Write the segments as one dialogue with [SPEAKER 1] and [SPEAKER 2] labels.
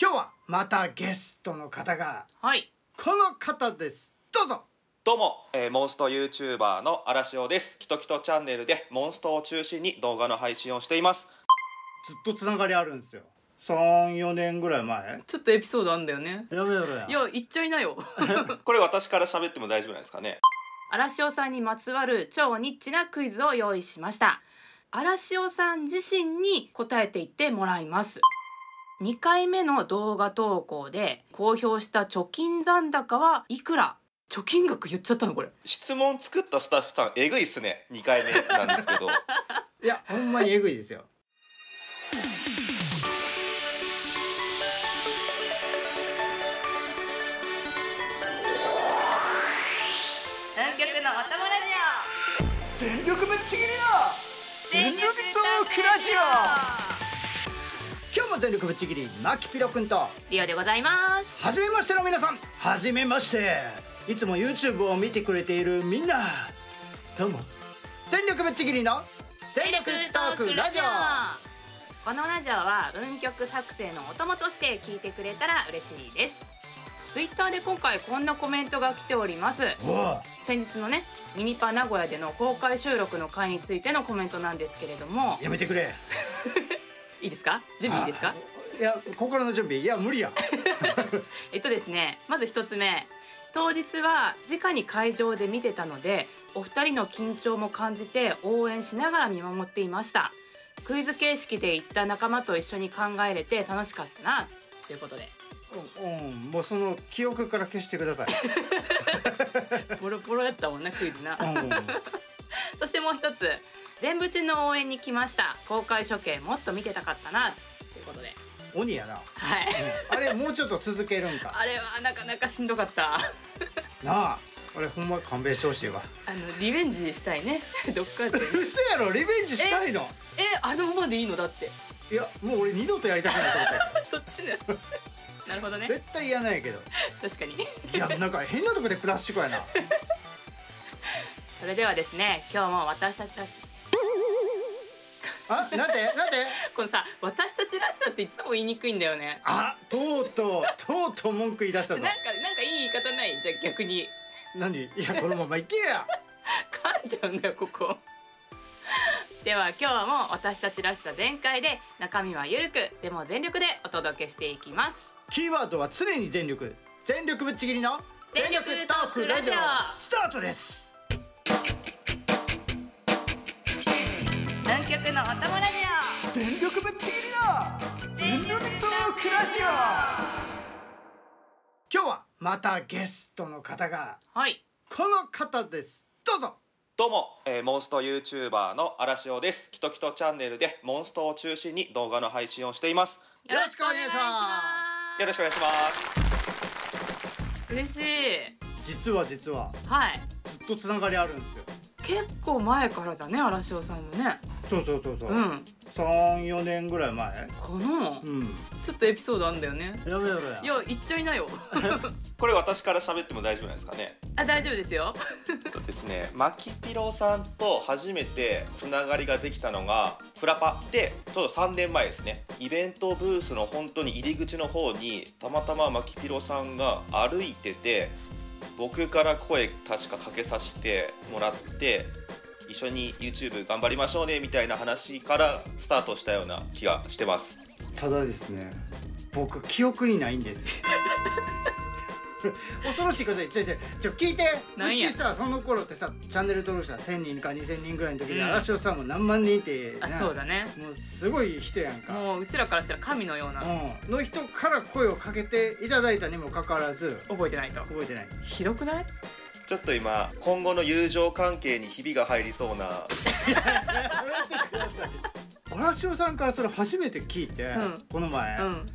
[SPEAKER 1] 今日はまたゲストの方が
[SPEAKER 2] はい。
[SPEAKER 1] この方ですどうぞ
[SPEAKER 3] どうも、えーモンスト YouTuber の嵐尾ですキトキトチャンネルでモンストを中心に動画の配信をしています
[SPEAKER 1] ずっとつながりあるんですよ34年ぐらい前
[SPEAKER 2] ちょっとエピソードあんだよね。
[SPEAKER 1] やめろや
[SPEAKER 2] いや、言っちゃいなよ。
[SPEAKER 3] これ私から喋っても大丈夫なんですかね
[SPEAKER 2] 荒汐さんにまつわる超ニッチなクイズを用意しました。荒汐さん自身に答えていってもらいます。2回目の動画投稿で公表した貯金残高はいくら貯金額言っちゃったのこれ。
[SPEAKER 3] 質問作ったスタッフさんえぐいっすね2回目なんですけど
[SPEAKER 1] いやほんまにえぐいですよ
[SPEAKER 4] 南極のお供ラジ
[SPEAKER 1] 全力ぶっちぎりの
[SPEAKER 4] オ
[SPEAKER 1] 全力トークラジオ今日も全力ぶっちぎりマキピロくんと
[SPEAKER 2] リオでございます。
[SPEAKER 1] はじめましての皆さんはじめましていつも YouTube を見てくれているみんなどうも全力ぶっちぎりの全力トークラジオ
[SPEAKER 2] このラジオは運曲作成のお供として聞いてくれたら嬉しいですツイッターで今回こんなコメントが来ております
[SPEAKER 1] おう
[SPEAKER 2] 先日のねミニパ名古屋での公開収録の回についてのコメントなんですけれども
[SPEAKER 1] やめ てくれ
[SPEAKER 2] いいですか準備いいですか
[SPEAKER 1] いや心の準備いや無理や
[SPEAKER 2] えっとですねまず一つ目当日は直に会場で見てたのでお二人の緊張も感じて応援しながら見守っていましたクイズ形式で行った仲間と一緒に考えれて楽しかったなということで
[SPEAKER 1] うん、うん、もうその記憶から消してください。
[SPEAKER 2] ボロボロやったもんなクイズな
[SPEAKER 1] うん、
[SPEAKER 2] そしてもう一つ全部ちの応援に来ました公開処刑もっと見てたかったなということで
[SPEAKER 1] 鬼やな。
[SPEAKER 2] はい
[SPEAKER 1] あれもうちょっと続けるんか。
[SPEAKER 2] あれはなかなかしんどかったあ
[SPEAKER 1] なあ、あれほんま勘弁してほ しいわ。
[SPEAKER 2] のリベンジしたいね どっかで
[SPEAKER 1] 嘘やろ、リベンジしたいの。
[SPEAKER 2] えあのままでいいのだって
[SPEAKER 1] いや、もう俺二度とやりたくないと思 っ
[SPEAKER 2] そっちねなるほど
[SPEAKER 1] た。
[SPEAKER 2] ね
[SPEAKER 1] 絶対嫌なんやけど。
[SPEAKER 2] 確かに
[SPEAKER 1] いや、なんか変なとこでプラスチックやな。
[SPEAKER 2] それではですね今日も私たちら
[SPEAKER 1] あ、なんで、なんで。
[SPEAKER 2] このさ私たちらしさっていつも言いにくいんだよね
[SPEAKER 1] あ、とうとう、とうとう文句言い出し
[SPEAKER 2] ち
[SPEAKER 1] た
[SPEAKER 2] ょ
[SPEAKER 1] ぞ
[SPEAKER 2] なんか。なんかいい言い方ないじゃあ逆に
[SPEAKER 1] 何、いや、このままいけや。
[SPEAKER 2] 噛んじゃうんだよここでは今日も私たちらしさ全開で中身はゆるくでも全力でお届けしていきます
[SPEAKER 1] キーワードは常に全力。全力ぶっちぎりの。
[SPEAKER 2] 全力トークラジオ
[SPEAKER 1] スタートです。
[SPEAKER 4] 南極のお供ラジ
[SPEAKER 1] 全力ぶっちぎりだ
[SPEAKER 4] オ全力トークラジ
[SPEAKER 1] 今日はまたゲストの方が
[SPEAKER 2] はい
[SPEAKER 1] この方ですどうぞ
[SPEAKER 3] どうも、えーモンスト YouTuber の嵐尾ですキトキトチャンネルでモンストを中心に動画の配信をしています
[SPEAKER 1] よろしくお願いしま
[SPEAKER 3] よろしくお願いします
[SPEAKER 2] よろしく嬉しい
[SPEAKER 1] 実は実は
[SPEAKER 2] はい
[SPEAKER 1] ずっとつながりあるんですよ
[SPEAKER 2] 結構前からだね荒汐さんもね
[SPEAKER 1] そうそうそうそう、
[SPEAKER 2] うん
[SPEAKER 1] 三四34年ぐらい前
[SPEAKER 2] この
[SPEAKER 1] うん
[SPEAKER 2] ちょっとエピソードあんだよね
[SPEAKER 1] やめろや
[SPEAKER 2] いや言っちゃい なよ
[SPEAKER 3] これ私から喋っても大丈夫なんですかね
[SPEAKER 2] あ大丈夫ですよ
[SPEAKER 3] えっとですねマキピロさんと初めてつながりができたのがフラパでちょうど3年前ですねイベントブースの本当に入り口の方にたまたまマキピロさんが歩いてて僕から声確かかけさせてもらって一緒に YouTube 頑張りましょうねみたいな話からスタートしたような気がしてます
[SPEAKER 1] ただですね僕記憶にないんですよ 恐ろしいことでちょいちょいちょ聞いてう
[SPEAKER 2] なんや
[SPEAKER 1] ちさその頃ってさチャンネル登録者1000人か2000人ぐらいの時
[SPEAKER 2] う
[SPEAKER 1] で
[SPEAKER 2] ん
[SPEAKER 1] 嵐尾さんも何万人ってね
[SPEAKER 2] あそうだね
[SPEAKER 1] もうすごい人やんか
[SPEAKER 2] もううちらからしたら神のような
[SPEAKER 1] うんの人から声をかけていただいたにもかかわらず
[SPEAKER 2] 覚えてないと
[SPEAKER 1] 覚え てない
[SPEAKER 2] ひどくない
[SPEAKER 3] ちょっと今今後の友情関係にひびが入りそうな
[SPEAKER 1] 嵐尾さんからそれ初めて聞いて、
[SPEAKER 2] うん
[SPEAKER 1] この前、
[SPEAKER 2] うん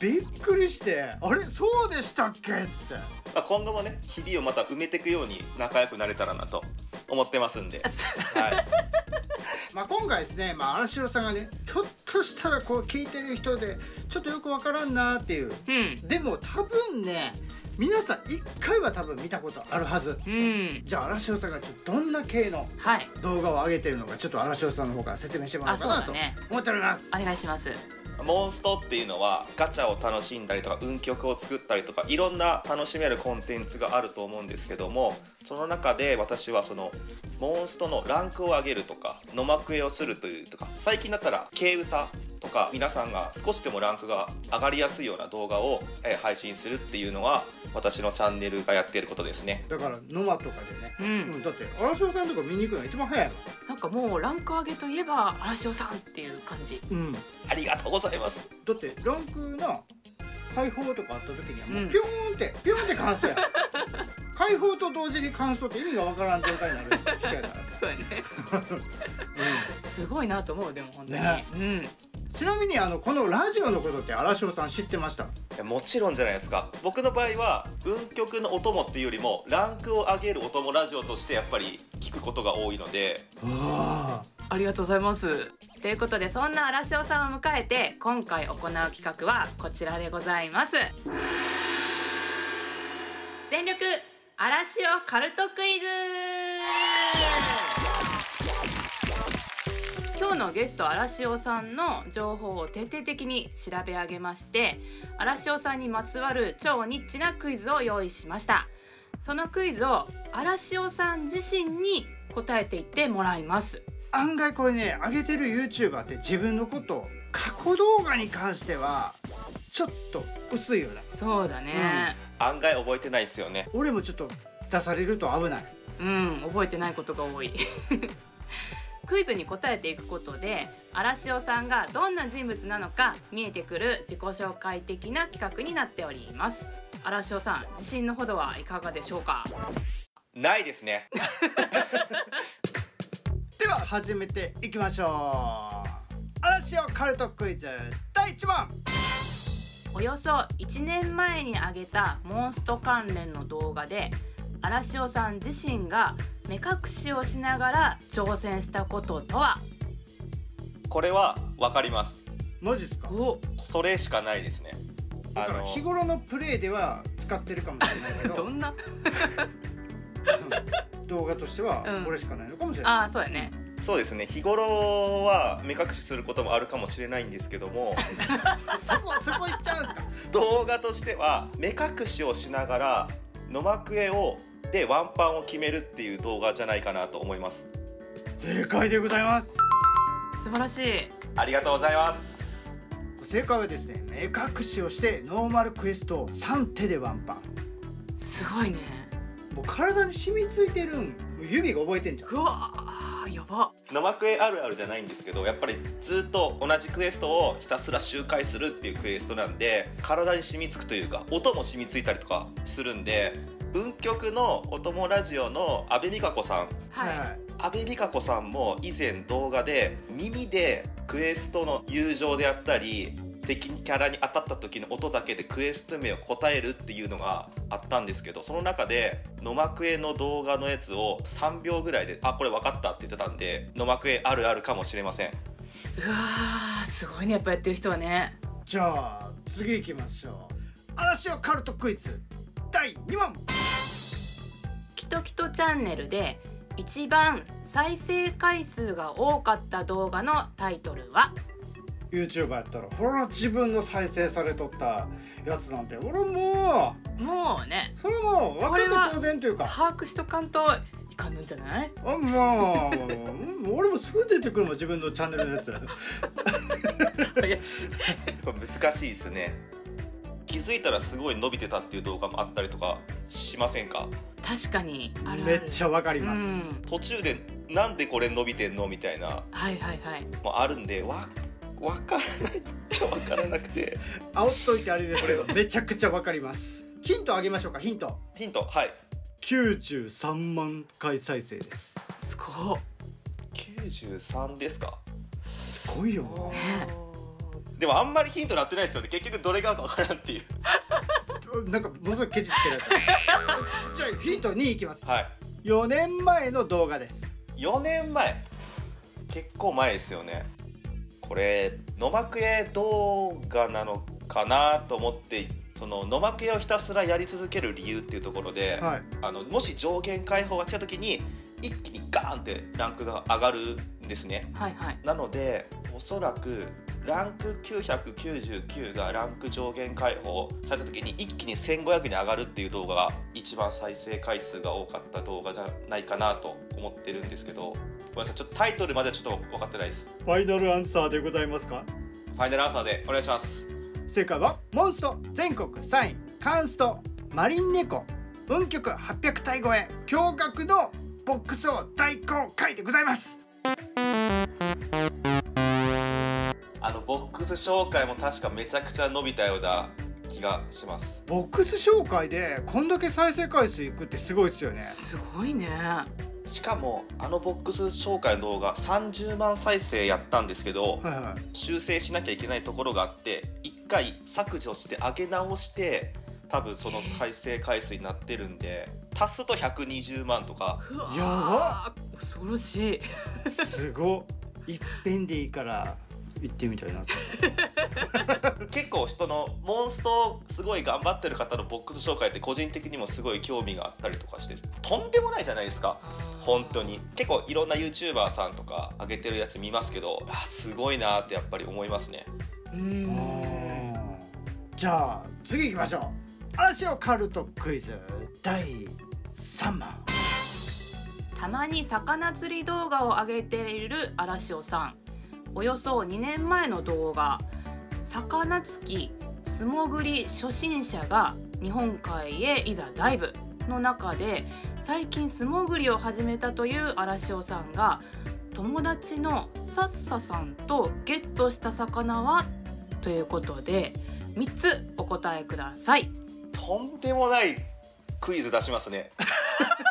[SPEAKER 1] びっくりして「あれそうでしたっけ?」っつって
[SPEAKER 3] まあ、今後もね日々をまた埋めていくように仲良くなれたらなと思ってますんで、はい、
[SPEAKER 1] まあ、今回ですね、まあ、嵐尾さんがねひょっとしたらこう聞いてる人でちょっとよくわからんなっていう
[SPEAKER 2] うん
[SPEAKER 1] でも多分ね皆さん一回は多分見たことあるはず
[SPEAKER 2] うん
[SPEAKER 1] じゃあ嵐尾さんがちょっとどんな系の
[SPEAKER 2] はい
[SPEAKER 1] 動画を上げてるのかちょっと嵐尾さんの方から説明してもらおうか
[SPEAKER 2] あ
[SPEAKER 1] な
[SPEAKER 2] そう
[SPEAKER 1] と
[SPEAKER 2] だね
[SPEAKER 1] 思っております、
[SPEAKER 2] お願いします
[SPEAKER 3] モンストっていうのはガチャを楽しんだりとか運極を作ったりとかいろんな楽しめるコンテンツがあると思うんですけどもその中で私はそのモンストのランクを上げるとか野幕絵をするというとか最近だったら軽うさとか皆さんが少しでもランクが上がりやすいような動画をえー配信するっていうのが私のチャンネルがやっていることですね。
[SPEAKER 1] だから沼とかでね、
[SPEAKER 2] うん
[SPEAKER 1] うんだって荒汐さんとか見に行くのが一番早いも
[SPEAKER 2] なんかもうランク上げといえば荒汐さんっていう感じ
[SPEAKER 1] ん、うん、だ
[SPEAKER 3] ありがとうございます。
[SPEAKER 1] ってランクの解放とかあった時にはもううんピョーンって、ピョーンって乾 燥やん解放と同時に乾燥って意味がわからん状態になる 人やからさ、
[SPEAKER 2] そうやね すごいなと思うでも本当に、
[SPEAKER 1] ね
[SPEAKER 2] うん
[SPEAKER 1] うんちなみにあのこのラジオのことって荒汐さん知ってました
[SPEAKER 3] いやもちろんじゃないですか僕の場合は運極のお供っていうよりもランクを上げるお供ラジオとしてやっぱり聞くことが多いので
[SPEAKER 1] あ
[SPEAKER 2] ありがとうございます。ということでそんな荒汐さんを迎えて今回行う企画はこちらでございます。全力荒汐カルトクイズ今日のゲスト荒汐さんの情報を徹底的に調べ上げまして荒汐さんにまつわる超ニッチなクイズを用意しましたそのクイズを荒汐さん自身に答えていってもらいます
[SPEAKER 1] 案外これね上げてる YouTuber って自分のことを過去動画に関してはちょっと薄いよな
[SPEAKER 2] そうだね。
[SPEAKER 3] 案外覚えてないですよね
[SPEAKER 1] 俺もちょっと出されると危ない
[SPEAKER 2] うん、覚えてないことが多い。 クイズに答えていくことで荒汐さんがどんな人物なのか見えてくる自己紹介的な企画になっております荒汐さん自信のほどはいかがでしょうか
[SPEAKER 3] ないですね
[SPEAKER 1] では始めていきましょう嵐をカルトクイズ第1問
[SPEAKER 2] およそ1年前に上げたモンスト関連の動画で荒汐さん自身が目隠しをしながら挑戦したこととは
[SPEAKER 3] これは分かります
[SPEAKER 1] マジですか
[SPEAKER 2] お
[SPEAKER 3] それしかないですね
[SPEAKER 1] だ
[SPEAKER 3] あ
[SPEAKER 1] から
[SPEAKER 3] の
[SPEAKER 1] 日頃のプレイでは使ってるかもしれないけ ど
[SPEAKER 2] どんな
[SPEAKER 1] うん動画としては
[SPEAKER 2] うん
[SPEAKER 1] これしかないのかもしれない、
[SPEAKER 2] ああそうやね
[SPEAKER 3] そうですね日頃は目隠しすることもあるかもしれないんですけど も
[SPEAKER 1] そこそこ行っちゃうんですか
[SPEAKER 3] 動画としては目隠しをしながら野幕絵をでワンパンを決めるっていう動画じゃないかなと思います
[SPEAKER 1] 正解でございます
[SPEAKER 2] 素晴らしい
[SPEAKER 3] ありがとうございます
[SPEAKER 1] 正解はですね目隠しをしてノーマルクエストを3手でワンパン
[SPEAKER 2] すごいね
[SPEAKER 1] もう体に染みついてるんもう指が覚えてんじゃん
[SPEAKER 2] うわーやば
[SPEAKER 3] 野幕絵あるあるじゃないんですけどやっぱりずっと同じクエストをひたすら周回するっていうクエストなんで体に染みつくというか音も染みついたりとかするんで文曲のお供ラジオの阿部美香子さん
[SPEAKER 2] はい、
[SPEAKER 3] 阿部美香子さんも以前動画で耳でクエストの友情であったり敵キャラに当たった時の音だけでクエスト名を答えるっていうのがあったんですけどその中で野幕絵の動画のやつを3秒ぐらいで「あこれ分かった」って言ってたんで野幕絵あるあるかもしれません
[SPEAKER 2] うわーすごいねやっぱやってる人はね
[SPEAKER 1] じゃあ次行きましょう嵐をカルトクイズ第2問
[SPEAKER 2] 「キトキトチャンネル」で一番再生回数が多かった動画のタイトルは
[SPEAKER 1] YouTuber やったらほら自分の再生されとったやつなんて俺も
[SPEAKER 2] もうね
[SPEAKER 1] うそれはもう分か
[SPEAKER 2] これ
[SPEAKER 1] っ
[SPEAKER 2] は
[SPEAKER 1] て当然というか
[SPEAKER 2] 把握しとかんといかんのんじゃ ない
[SPEAKER 1] あもううん俺もすぐ出てくるもん自分のチャンネルのやつ
[SPEAKER 2] 怪しい
[SPEAKER 3] これ難しいですね気づいたらすごい伸びてたっていう動画もあったりとかしませんか
[SPEAKER 2] 確かにあるある
[SPEAKER 1] めっちゃ分かり
[SPEAKER 2] う
[SPEAKER 1] ます、
[SPEAKER 2] ん
[SPEAKER 3] 途中でなんでこれ伸びてんのみたいな
[SPEAKER 2] はいはいはい
[SPEAKER 3] もあるんでわ分からないっちゃ分からなくて
[SPEAKER 1] 煽っといてあれですけどめちゃくちゃ分かりますヒントあげましょうかヒント
[SPEAKER 3] ヒントはい
[SPEAKER 1] 93万回再生です
[SPEAKER 2] すごっ
[SPEAKER 3] 93ですか
[SPEAKER 1] すごいよ
[SPEAKER 2] ね
[SPEAKER 3] でもあんまりヒントなってないですよね結局どれが分からんっていう
[SPEAKER 1] ななんかものすごいケチつけられたじゃあヒント2いきます
[SPEAKER 3] はい
[SPEAKER 1] 4年前の動画です
[SPEAKER 3] 4年前結構前ですよねこれ野幕絵動画なのかなと思ってその野幕絵をひたすらやり続ける理由っていうところで、
[SPEAKER 1] はい
[SPEAKER 3] あのもし上限解放が来た時に一気にガーンってランクが上がるんですね
[SPEAKER 2] はいはい
[SPEAKER 3] なのでおそらくランク999がランク上限解放された時に一気に1500に上がるっていう動画が一番再生回数が多かった動画じゃないかなと思ってるんですけどごめんなさいちょっとタイトルまではちょっと分かってないです
[SPEAKER 1] ファイナルアンサーでございますか
[SPEAKER 3] ファイナルアンサーでお願いします
[SPEAKER 1] 正解はモンスト全国3位カンストマリンネコ運極800体超え驚愕のボックスを大公開でございます
[SPEAKER 3] あのボックス紹介も確かめちゃくちゃ伸びたような気がします
[SPEAKER 1] ボックス紹介でこんだけ再生回数いくってすごいですよね
[SPEAKER 2] すごいね
[SPEAKER 3] しかもあのボックス紹介の動画30万再生やったんですけ
[SPEAKER 1] は
[SPEAKER 3] ど
[SPEAKER 1] いは
[SPEAKER 3] 修正しなきゃいけないところがあって1回削除して上げ直して多分その再生回数になってるんで足すと120万とか
[SPEAKER 2] うわー
[SPEAKER 1] やば
[SPEAKER 2] 恐ろしい
[SPEAKER 1] いすごい一遍でいいから行ってみたいな
[SPEAKER 3] 結構人のモンストすごい頑張ってる方のボックス紹介って個人的にもすごい興味があったりとかしてとんでもないじゃないですか本当に結構いろんな YouTuber さんとか上げてるやつ見ますけどあすごいなーってやっぱり思いますね
[SPEAKER 2] うん
[SPEAKER 1] じゃあ次行きましょう嵐をカルトクイズ第3問
[SPEAKER 2] たまに魚釣り動画を上げている荒汐さんおよそ2年前の動画「魚つき素潜り初心者が日本海へいざダイブ」の中で最近素潜りを始めたという荒汐さんが友達のさっささんとゲットした魚はということで3つお答えください。
[SPEAKER 3] とんでもないクイズ出しますね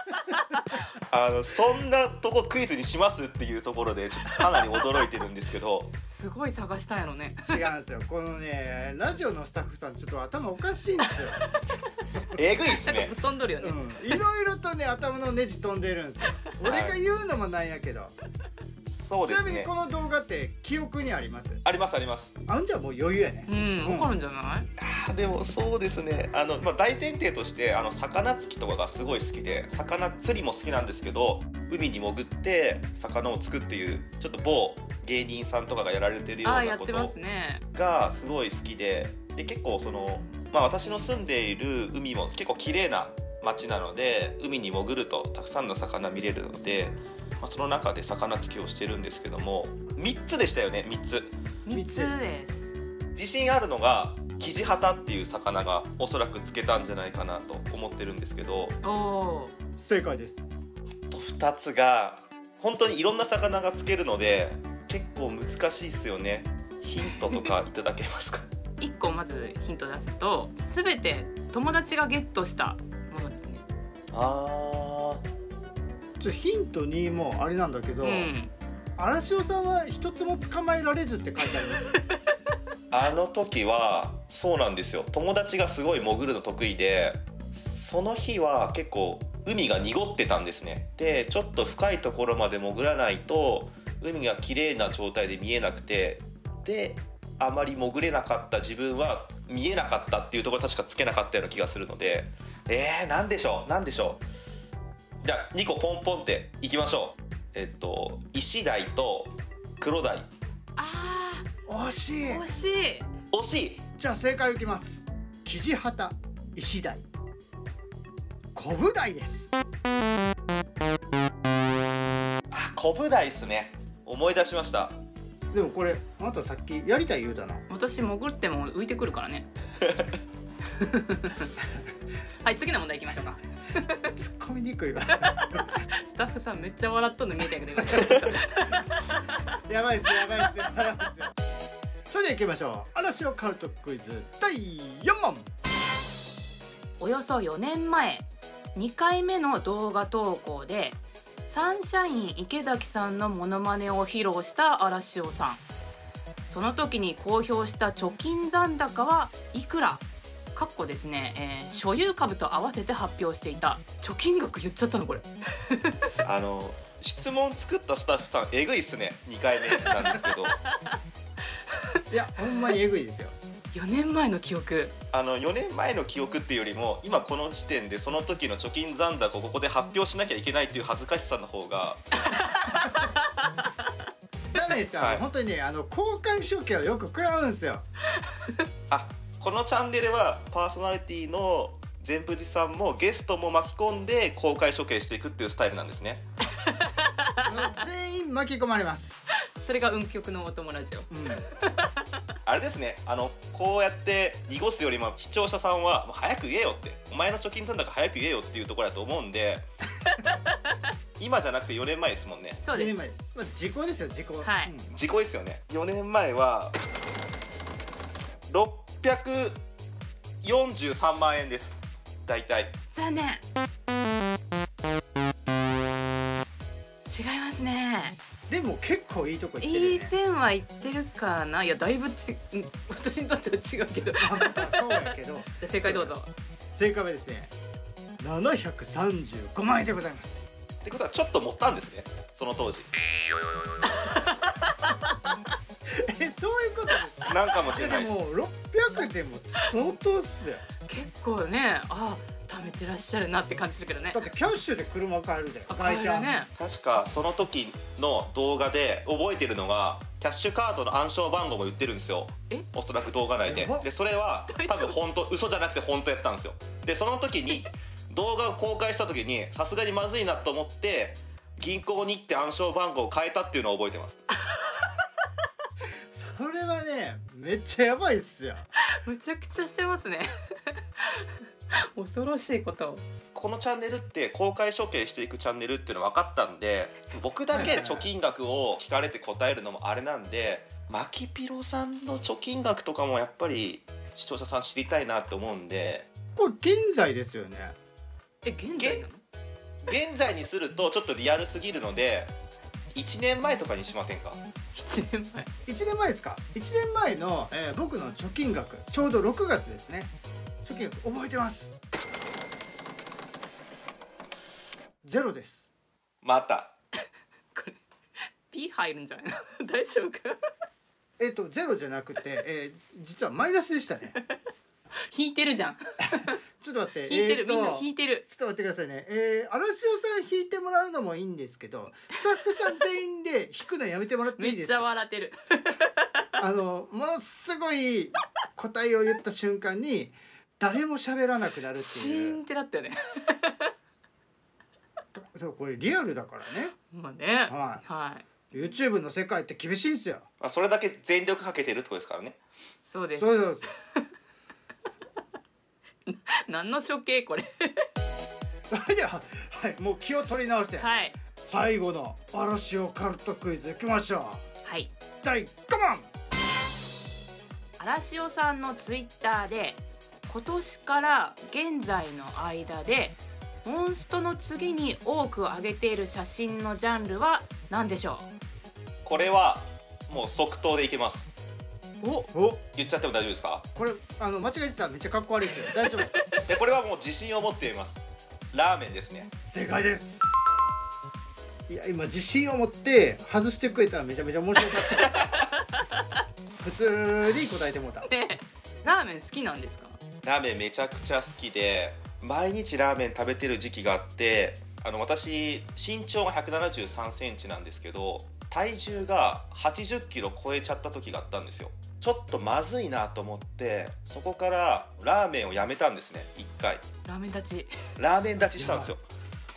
[SPEAKER 3] あのそんなとこクイズにしますっていうところでちょっとかなり驚いてるんですけど
[SPEAKER 2] すごい探したんやろね。
[SPEAKER 1] 違うんですよこのねラジオのスタッフさんちょっと頭おかしいんですよ、
[SPEAKER 3] えぐいっす
[SPEAKER 2] なんか
[SPEAKER 3] ね
[SPEAKER 2] ぶっ飛んどるよね。
[SPEAKER 1] うん、いろいろとね頭のネジ飛んでるんですよ俺が言うのもなんやけど、
[SPEAKER 3] そう
[SPEAKER 1] ち
[SPEAKER 3] で
[SPEAKER 1] な
[SPEAKER 3] す
[SPEAKER 1] みに
[SPEAKER 3] ね
[SPEAKER 1] この動画って記憶にあります
[SPEAKER 3] ありますあります
[SPEAKER 1] あんじゃもう余裕やね
[SPEAKER 2] うん、わかるんじゃない。
[SPEAKER 3] あーでもそうですねあの、まあ、大前提としてあの魚釣きとかがすごい好きで魚釣りも好きなんですけど海に潜って魚を釣くっていうちょっと某芸人さんとかがやられてるよ
[SPEAKER 2] あ
[SPEAKER 3] う
[SPEAKER 2] ーや
[SPEAKER 3] な
[SPEAKER 2] っ
[SPEAKER 3] こ
[SPEAKER 2] て
[SPEAKER 3] と
[SPEAKER 2] ますね。
[SPEAKER 3] がすごい好きでで結構その、まあ、私の住んでいる海も結構綺麗な町なので海に潜るとたくさんの魚見れるので、まあ、その中で魚つきをしてるんですけども3つでしたよね3つ
[SPEAKER 2] 三
[SPEAKER 1] 三
[SPEAKER 2] つ
[SPEAKER 1] つ
[SPEAKER 2] です。
[SPEAKER 3] 自信あるのがキジハタっていう魚がおそらくつけたんじゃないかなと思ってるんですけど
[SPEAKER 2] おお
[SPEAKER 1] 正解です
[SPEAKER 3] あと2つが本当にいろんな魚がつけるので結構難しいっすよねヒントとかいただけますか
[SPEAKER 2] ー。一個まずヒント出すと、すべて友達がゲットしたものですね。
[SPEAKER 3] あー
[SPEAKER 1] ちょっとヒントにもあれなんだけ
[SPEAKER 2] う
[SPEAKER 1] ど、
[SPEAKER 2] ん。
[SPEAKER 1] 荒汐さんは一つも捕まえられずって書いてあります
[SPEAKER 3] あの時はそうなんですよ友達がすごい潜るの得意でその日は結構海が濁ってたんですねでちょっと深いところまで潜らないと海が綺麗な状態で見えなくてであまり潜れなかった自分は見えなかったっていうところ確かつけなかったような気がするのでえー、何でしょう何でしょうじゃあ2個ポンポンっていきましょうえっと石鯛と黒鯛
[SPEAKER 2] あ
[SPEAKER 1] 惜しい
[SPEAKER 2] あ、惜しい。
[SPEAKER 3] 惜しい
[SPEAKER 1] じゃあ正解をいきますキジハタ石鯛コブダイです
[SPEAKER 3] あ、コブダイっすね。思い出しました。
[SPEAKER 1] でもこれあなたさっきやりたい言うたな
[SPEAKER 2] 私潜っても浮いてくるからね。はい、次の問題行きましょうか。
[SPEAKER 1] 突っ込みにくいわ
[SPEAKER 2] スタッフさんめっちゃ笑っとんの見えたけど。今
[SPEAKER 1] やばいっすやばいっすやばいっすそれでは行きましょう嵐をカルトクイズ第4問
[SPEAKER 2] およそ4年前2回目の動画投稿でサンシャイン池崎さんのモノマネを披露した荒汐さんその時に公表した貯金残高はいくらかっこですね、えー所有株と合わせて発表していた貯金額言っちゃったのこれ
[SPEAKER 3] あの質問作ったスタッフさんえぐいっすね。2回目なんですけど、
[SPEAKER 1] いやほんまにえぐいですよ
[SPEAKER 2] 4年前の記憶
[SPEAKER 3] あの4年前の記憶っていうよりも今この時点でその時の貯金残高をここで発表しなきゃいけないっていう恥ずかしさの方が、
[SPEAKER 1] だねないですよ、
[SPEAKER 3] はい
[SPEAKER 1] 本当にねあの交感神経をよく食らうんですよ
[SPEAKER 3] あこのチャンネルはパーソナリティの前藤さんもゲストも巻き込んで公開処刑していくっていうスタイルなんですね
[SPEAKER 1] あの全員巻き込まれます、
[SPEAKER 2] それが運極のお友達を
[SPEAKER 1] うん、
[SPEAKER 3] あれですねあのこうやって濁すよりも視聴者さんは「もう早く言えよ」って「お前の貯金残高早く言えよ」っていうところだと思うんで 今じゃなくて4年前ですもんね
[SPEAKER 2] そうで
[SPEAKER 1] 2年
[SPEAKER 2] す
[SPEAKER 1] 前です、まあ、時効ですよ時効
[SPEAKER 2] はい
[SPEAKER 1] うん
[SPEAKER 3] 事故ですよね4年前は643万円です大体
[SPEAKER 2] 残念違いますね
[SPEAKER 1] でも結構いいとこ行ってる
[SPEAKER 2] い
[SPEAKER 1] よ
[SPEAKER 2] い
[SPEAKER 1] ね
[SPEAKER 2] 線は言ってるかないやだいぶちうん私にとっては違うけどじゃ
[SPEAKER 1] まあまあそうやけど
[SPEAKER 2] あ正解どうぞ
[SPEAKER 1] 正解はですね735万円でございます
[SPEAKER 3] ってことはちょっと持ったんですねその 当時
[SPEAKER 1] えそういうことですか
[SPEAKER 3] なんかもしれない
[SPEAKER 1] で
[SPEAKER 3] です
[SPEAKER 1] も600でも相当っすよ
[SPEAKER 2] 結構ねあ貯めてらっしゃるなって感じするけど ね
[SPEAKER 1] だってキャッシュで車買えるで
[SPEAKER 2] あ
[SPEAKER 1] 会
[SPEAKER 2] これ
[SPEAKER 1] 社
[SPEAKER 2] ね
[SPEAKER 3] 確かその時の動画で覚えてるのがキャッシュカードの暗証番号も言ってるんですよ
[SPEAKER 2] え
[SPEAKER 3] おそらく動画内で
[SPEAKER 1] やば
[SPEAKER 3] でそれは
[SPEAKER 2] 大丈
[SPEAKER 3] 多
[SPEAKER 2] 夫
[SPEAKER 3] 分本当嘘じゃなくて本当やったんですよでその時に動画を公開した時にさすがにまずいなと思って銀行に行って暗証番号を変えたっていうのを覚えてます
[SPEAKER 1] それはねめっちゃやばいっすよ
[SPEAKER 2] むちゃくちゃしてますね 恐ろしいことを
[SPEAKER 3] このチャンネルって公開処刑していくチャンネルっていうの分かったんで僕だけ貯金額を聞かれて答えるのもあれなんでマキピロさんの貯金額とかもやっぱり視聴者さん知りたいなって思うんで
[SPEAKER 1] これ現在ですよね
[SPEAKER 2] え現在なの
[SPEAKER 3] 現在にするとちょっとリアルすぎるので1年前とかにしませんか
[SPEAKER 2] 一年前
[SPEAKER 1] 1年前ですか1年前の、えー僕の貯金額ちょうど6月ですね貯金額覚えてますゼロです
[SPEAKER 3] また
[SPEAKER 2] これ P 入るんじゃないの 大丈夫か
[SPEAKER 1] えっ、とゼロじゃなくて、えー実はマイナスでしたね
[SPEAKER 2] 引いてるじゃん
[SPEAKER 1] ちょっと待って
[SPEAKER 2] 引いてる、
[SPEAKER 1] えーと
[SPEAKER 2] みんな引いてる
[SPEAKER 1] ちょっと待ってくださいね。えー、荒汐さん引いてもらうのもいいんですけど、スタッフさん全員で引くのやめてもらって
[SPEAKER 2] め
[SPEAKER 1] いいで
[SPEAKER 2] っ
[SPEAKER 1] す
[SPEAKER 2] ちゃ
[SPEAKER 1] か。
[SPEAKER 2] 笑ってる
[SPEAKER 1] あのものすごい答えを言った瞬間に誰も喋らなくなるってい
[SPEAKER 2] シー
[SPEAKER 1] う
[SPEAKER 2] ンっ。てなったよね
[SPEAKER 1] でもこれリアルだからね。
[SPEAKER 2] まあね、
[SPEAKER 1] はい
[SPEAKER 2] はい、
[SPEAKER 1] YouTube の世界って厳しいんですよ。
[SPEAKER 3] まあそれだけ全力かけてるってことですからね
[SPEAKER 2] そうです
[SPEAKER 1] そうそう
[SPEAKER 2] 何の処刑これ
[SPEAKER 1] そう。それでは、はい、もう気を取り直して、
[SPEAKER 2] はい
[SPEAKER 1] 最後の荒汐カルトクイズいきましょ
[SPEAKER 2] はい。
[SPEAKER 1] う。第5問。
[SPEAKER 2] 荒汐さんのツイッターで今年から現在の間でモンストの次に多く上げている写真のジャンルは何でしょ
[SPEAKER 3] これはもう即答でいけます
[SPEAKER 1] お、お、
[SPEAKER 3] 言っちゃっても大丈夫ですか
[SPEAKER 1] これあの間違えてたらめっちゃかっこ悪いですよ。大丈夫です。
[SPEAKER 3] でこれはもう自信を持って言いますラーメンですね
[SPEAKER 1] 正解ですいや今自信を持って外してくれたらめちゃめちゃ面白かった普通に答えてもうた
[SPEAKER 2] うでラーメン好きなんですか
[SPEAKER 3] ラーメンめちゃくちゃ好きで毎日ラーメン食べてる時期があってあの私身長が1 7 3センチなんですけど体重が8 0キロ超えちゃった時があったんですよちょっとまずいなと思ってそこからラーメンをやめたんですね一回
[SPEAKER 2] ラーメンたち
[SPEAKER 3] ラーメン立ちしたんですよ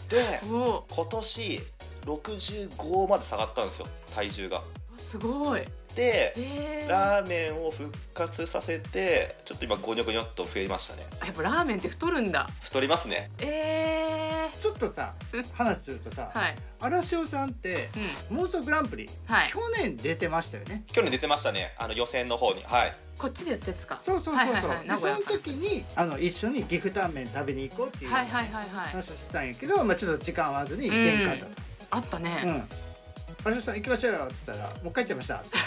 [SPEAKER 3] で
[SPEAKER 2] おお
[SPEAKER 3] 今年65まで下がったんですよ体重が
[SPEAKER 2] すごい
[SPEAKER 3] で
[SPEAKER 2] えー、や
[SPEAKER 3] ラーメンを復活させてちょっと今ゴニョゴニョっと増えましたね
[SPEAKER 2] っぱラーメンって太るんだ
[SPEAKER 3] 太りますね
[SPEAKER 2] え
[SPEAKER 1] ちょっとさ
[SPEAKER 2] うん
[SPEAKER 1] 話するとさ、
[SPEAKER 2] ー、はい
[SPEAKER 1] 荒汐さんって
[SPEAKER 2] うん
[SPEAKER 1] モンストグランプリ、
[SPEAKER 2] はい
[SPEAKER 1] 去年出てましたよね
[SPEAKER 3] 去年出てましたねあの予選の方にはい
[SPEAKER 2] こっちでやったやつか
[SPEAKER 1] そうそうそうそう、
[SPEAKER 2] はいはいはい
[SPEAKER 1] で
[SPEAKER 2] 名
[SPEAKER 1] そ
[SPEAKER 2] 古屋
[SPEAKER 1] の時にあの一緒に岐阜タンメン食べに行こうっていう
[SPEAKER 2] はい
[SPEAKER 1] 話
[SPEAKER 2] はいはいはい
[SPEAKER 1] をしてたんやけど、まあ、ちょっと時間合わずに行けんかったと
[SPEAKER 2] あった
[SPEAKER 1] うん
[SPEAKER 2] ね、
[SPEAKER 1] 荒汐さん行きましょうよっつったらもう帰っちゃいましたっつって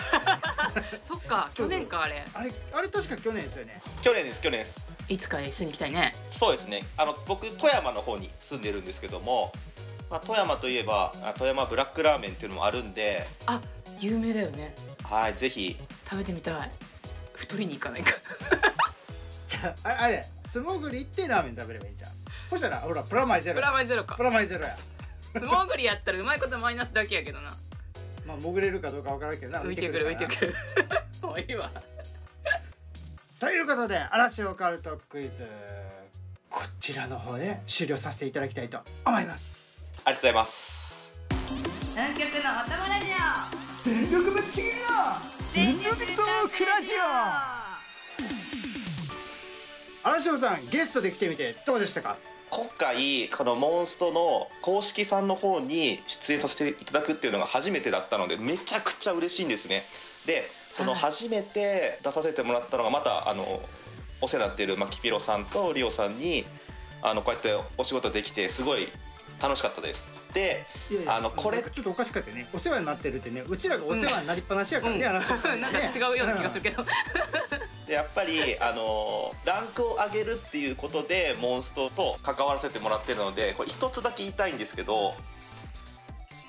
[SPEAKER 2] そっか去年かあれ
[SPEAKER 1] あれあれ確か去年ですよね
[SPEAKER 3] 去年です去年です
[SPEAKER 2] いつか一緒に行きたいね
[SPEAKER 3] そうですねあの僕富山の方に住んでるんですけども、まあ、富山といえばあ富山ブラックラーメンっていうのもあるんで
[SPEAKER 2] あ有名だよね
[SPEAKER 3] はいぜひ
[SPEAKER 2] 食べてみたい太りに行かないか
[SPEAKER 1] じゃあああれ素潜り行ってラーメン食べればいいじゃんそしたらほらプラマイゼロ
[SPEAKER 2] プラマイゼロか
[SPEAKER 1] プラマイゼロや
[SPEAKER 2] 素潜りやったらうまいことマイナスだけやけどな
[SPEAKER 1] まあ潜れるかどうかわからんけどな
[SPEAKER 2] 浮いてくる浮い
[SPEAKER 1] から
[SPEAKER 2] てくる もういいわ
[SPEAKER 1] ということで嵐オカルトクイズこちらの方で終了させていただきたいと思います
[SPEAKER 3] ありがとうございます
[SPEAKER 4] 南極のお供ラジオ
[SPEAKER 1] 全力ぶっちぎりだ全力トークラジオ嵐尾さんゲストで来てみてどうでしたか
[SPEAKER 3] 今回このモンストの公式さんの方に出演させていただくっていうのが初めてだったのでめちゃくちゃ嬉しいんですねでその
[SPEAKER 2] はい
[SPEAKER 3] 初めて出させてもらったのがまたあのお世話になっているマキピロさんとリオさんにあのこうやってお仕事できてすごい楽しかったですであのこれ
[SPEAKER 1] ちょっとおかしかったよねお世話になってるってねうちらがお世話になりっぱなしやからね、
[SPEAKER 2] うん
[SPEAKER 1] 嵐尾さ
[SPEAKER 2] なんか違うような気がするけど
[SPEAKER 3] でやっぱりあのランクを上げるっていうことでモンストと関わらせてもらってるのでこれ一つだけ言いたいんですけど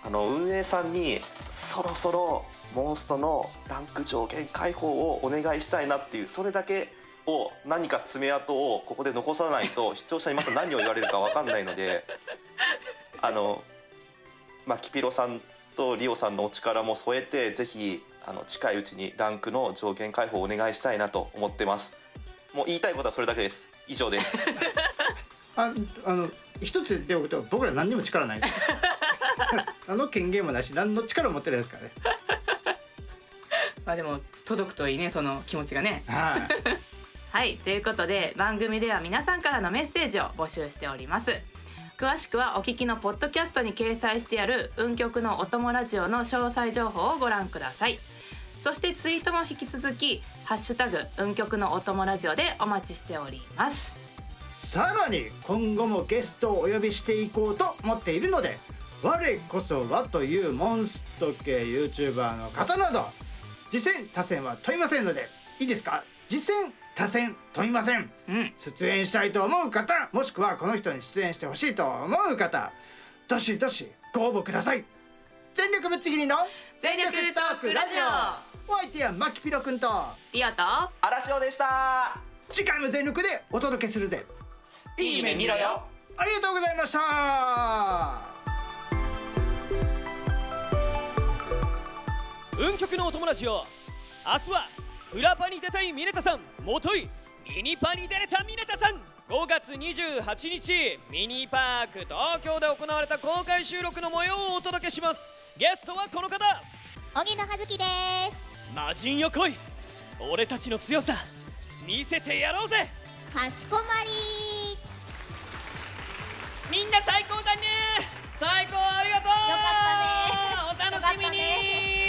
[SPEAKER 3] あの運営さんにそろそろモンストのランク上限解放をお願いしたいなっていうそれだけを何か爪痕をここで残さないと視聴者にまた何を言われるか分かんないのであのマキピロさんとリオさんのお力も添えてぜひあの近いうちにランクの上限解放をお願いしたいなと思ってますもう言いたいことはそれだけです以上です
[SPEAKER 1] ああの一つ言っておくと僕ら何にも力ないです あの権限もなし何の力も持ってないですからね
[SPEAKER 2] まあでも届くといいねその気持ちがね
[SPEAKER 1] はい
[SPEAKER 2] はいということで番組では皆さんからのメッセージを募集しております詳しくはお聞きのポッドキャストに掲載してある運極のお供ラジオの詳細情報をご覧くださいそしてツイートも引き続きハッシュタグ運極のお供ラジオでお待ちしております
[SPEAKER 1] さらに今後もゲストをお呼びしていこうと思っているので我こそはというモンスト系 YouTuber の方など実践他戦は問いませんのでいいですか実践他戦問いません
[SPEAKER 2] うん
[SPEAKER 1] 出演したいと思う方もしくはこの人に出演してほしいと思う方どしどしご応募ください全力ぶっちぎりの
[SPEAKER 2] 全力トークラジ
[SPEAKER 1] オお相手はマキピロくんと
[SPEAKER 2] リオと
[SPEAKER 3] 嵐尾でした
[SPEAKER 1] 次回も全力でお届けするぜ
[SPEAKER 3] いい目見ろよ
[SPEAKER 1] ありがとうございました
[SPEAKER 5] 運極のお友達よ明日は裏パに出たいミネタさんもといミニパに出れたミネタさん5月28日ミニパーク東京で行われた公開収録の模様をお届けしますゲストはこの方
[SPEAKER 6] 荻野葉月です
[SPEAKER 5] 魔人よ来い俺たちの強さ見せてやろうぜ
[SPEAKER 6] かしこまり
[SPEAKER 5] みんな最高だね最高ありがとう
[SPEAKER 6] よかったね
[SPEAKER 5] お楽しみに
[SPEAKER 6] よかったね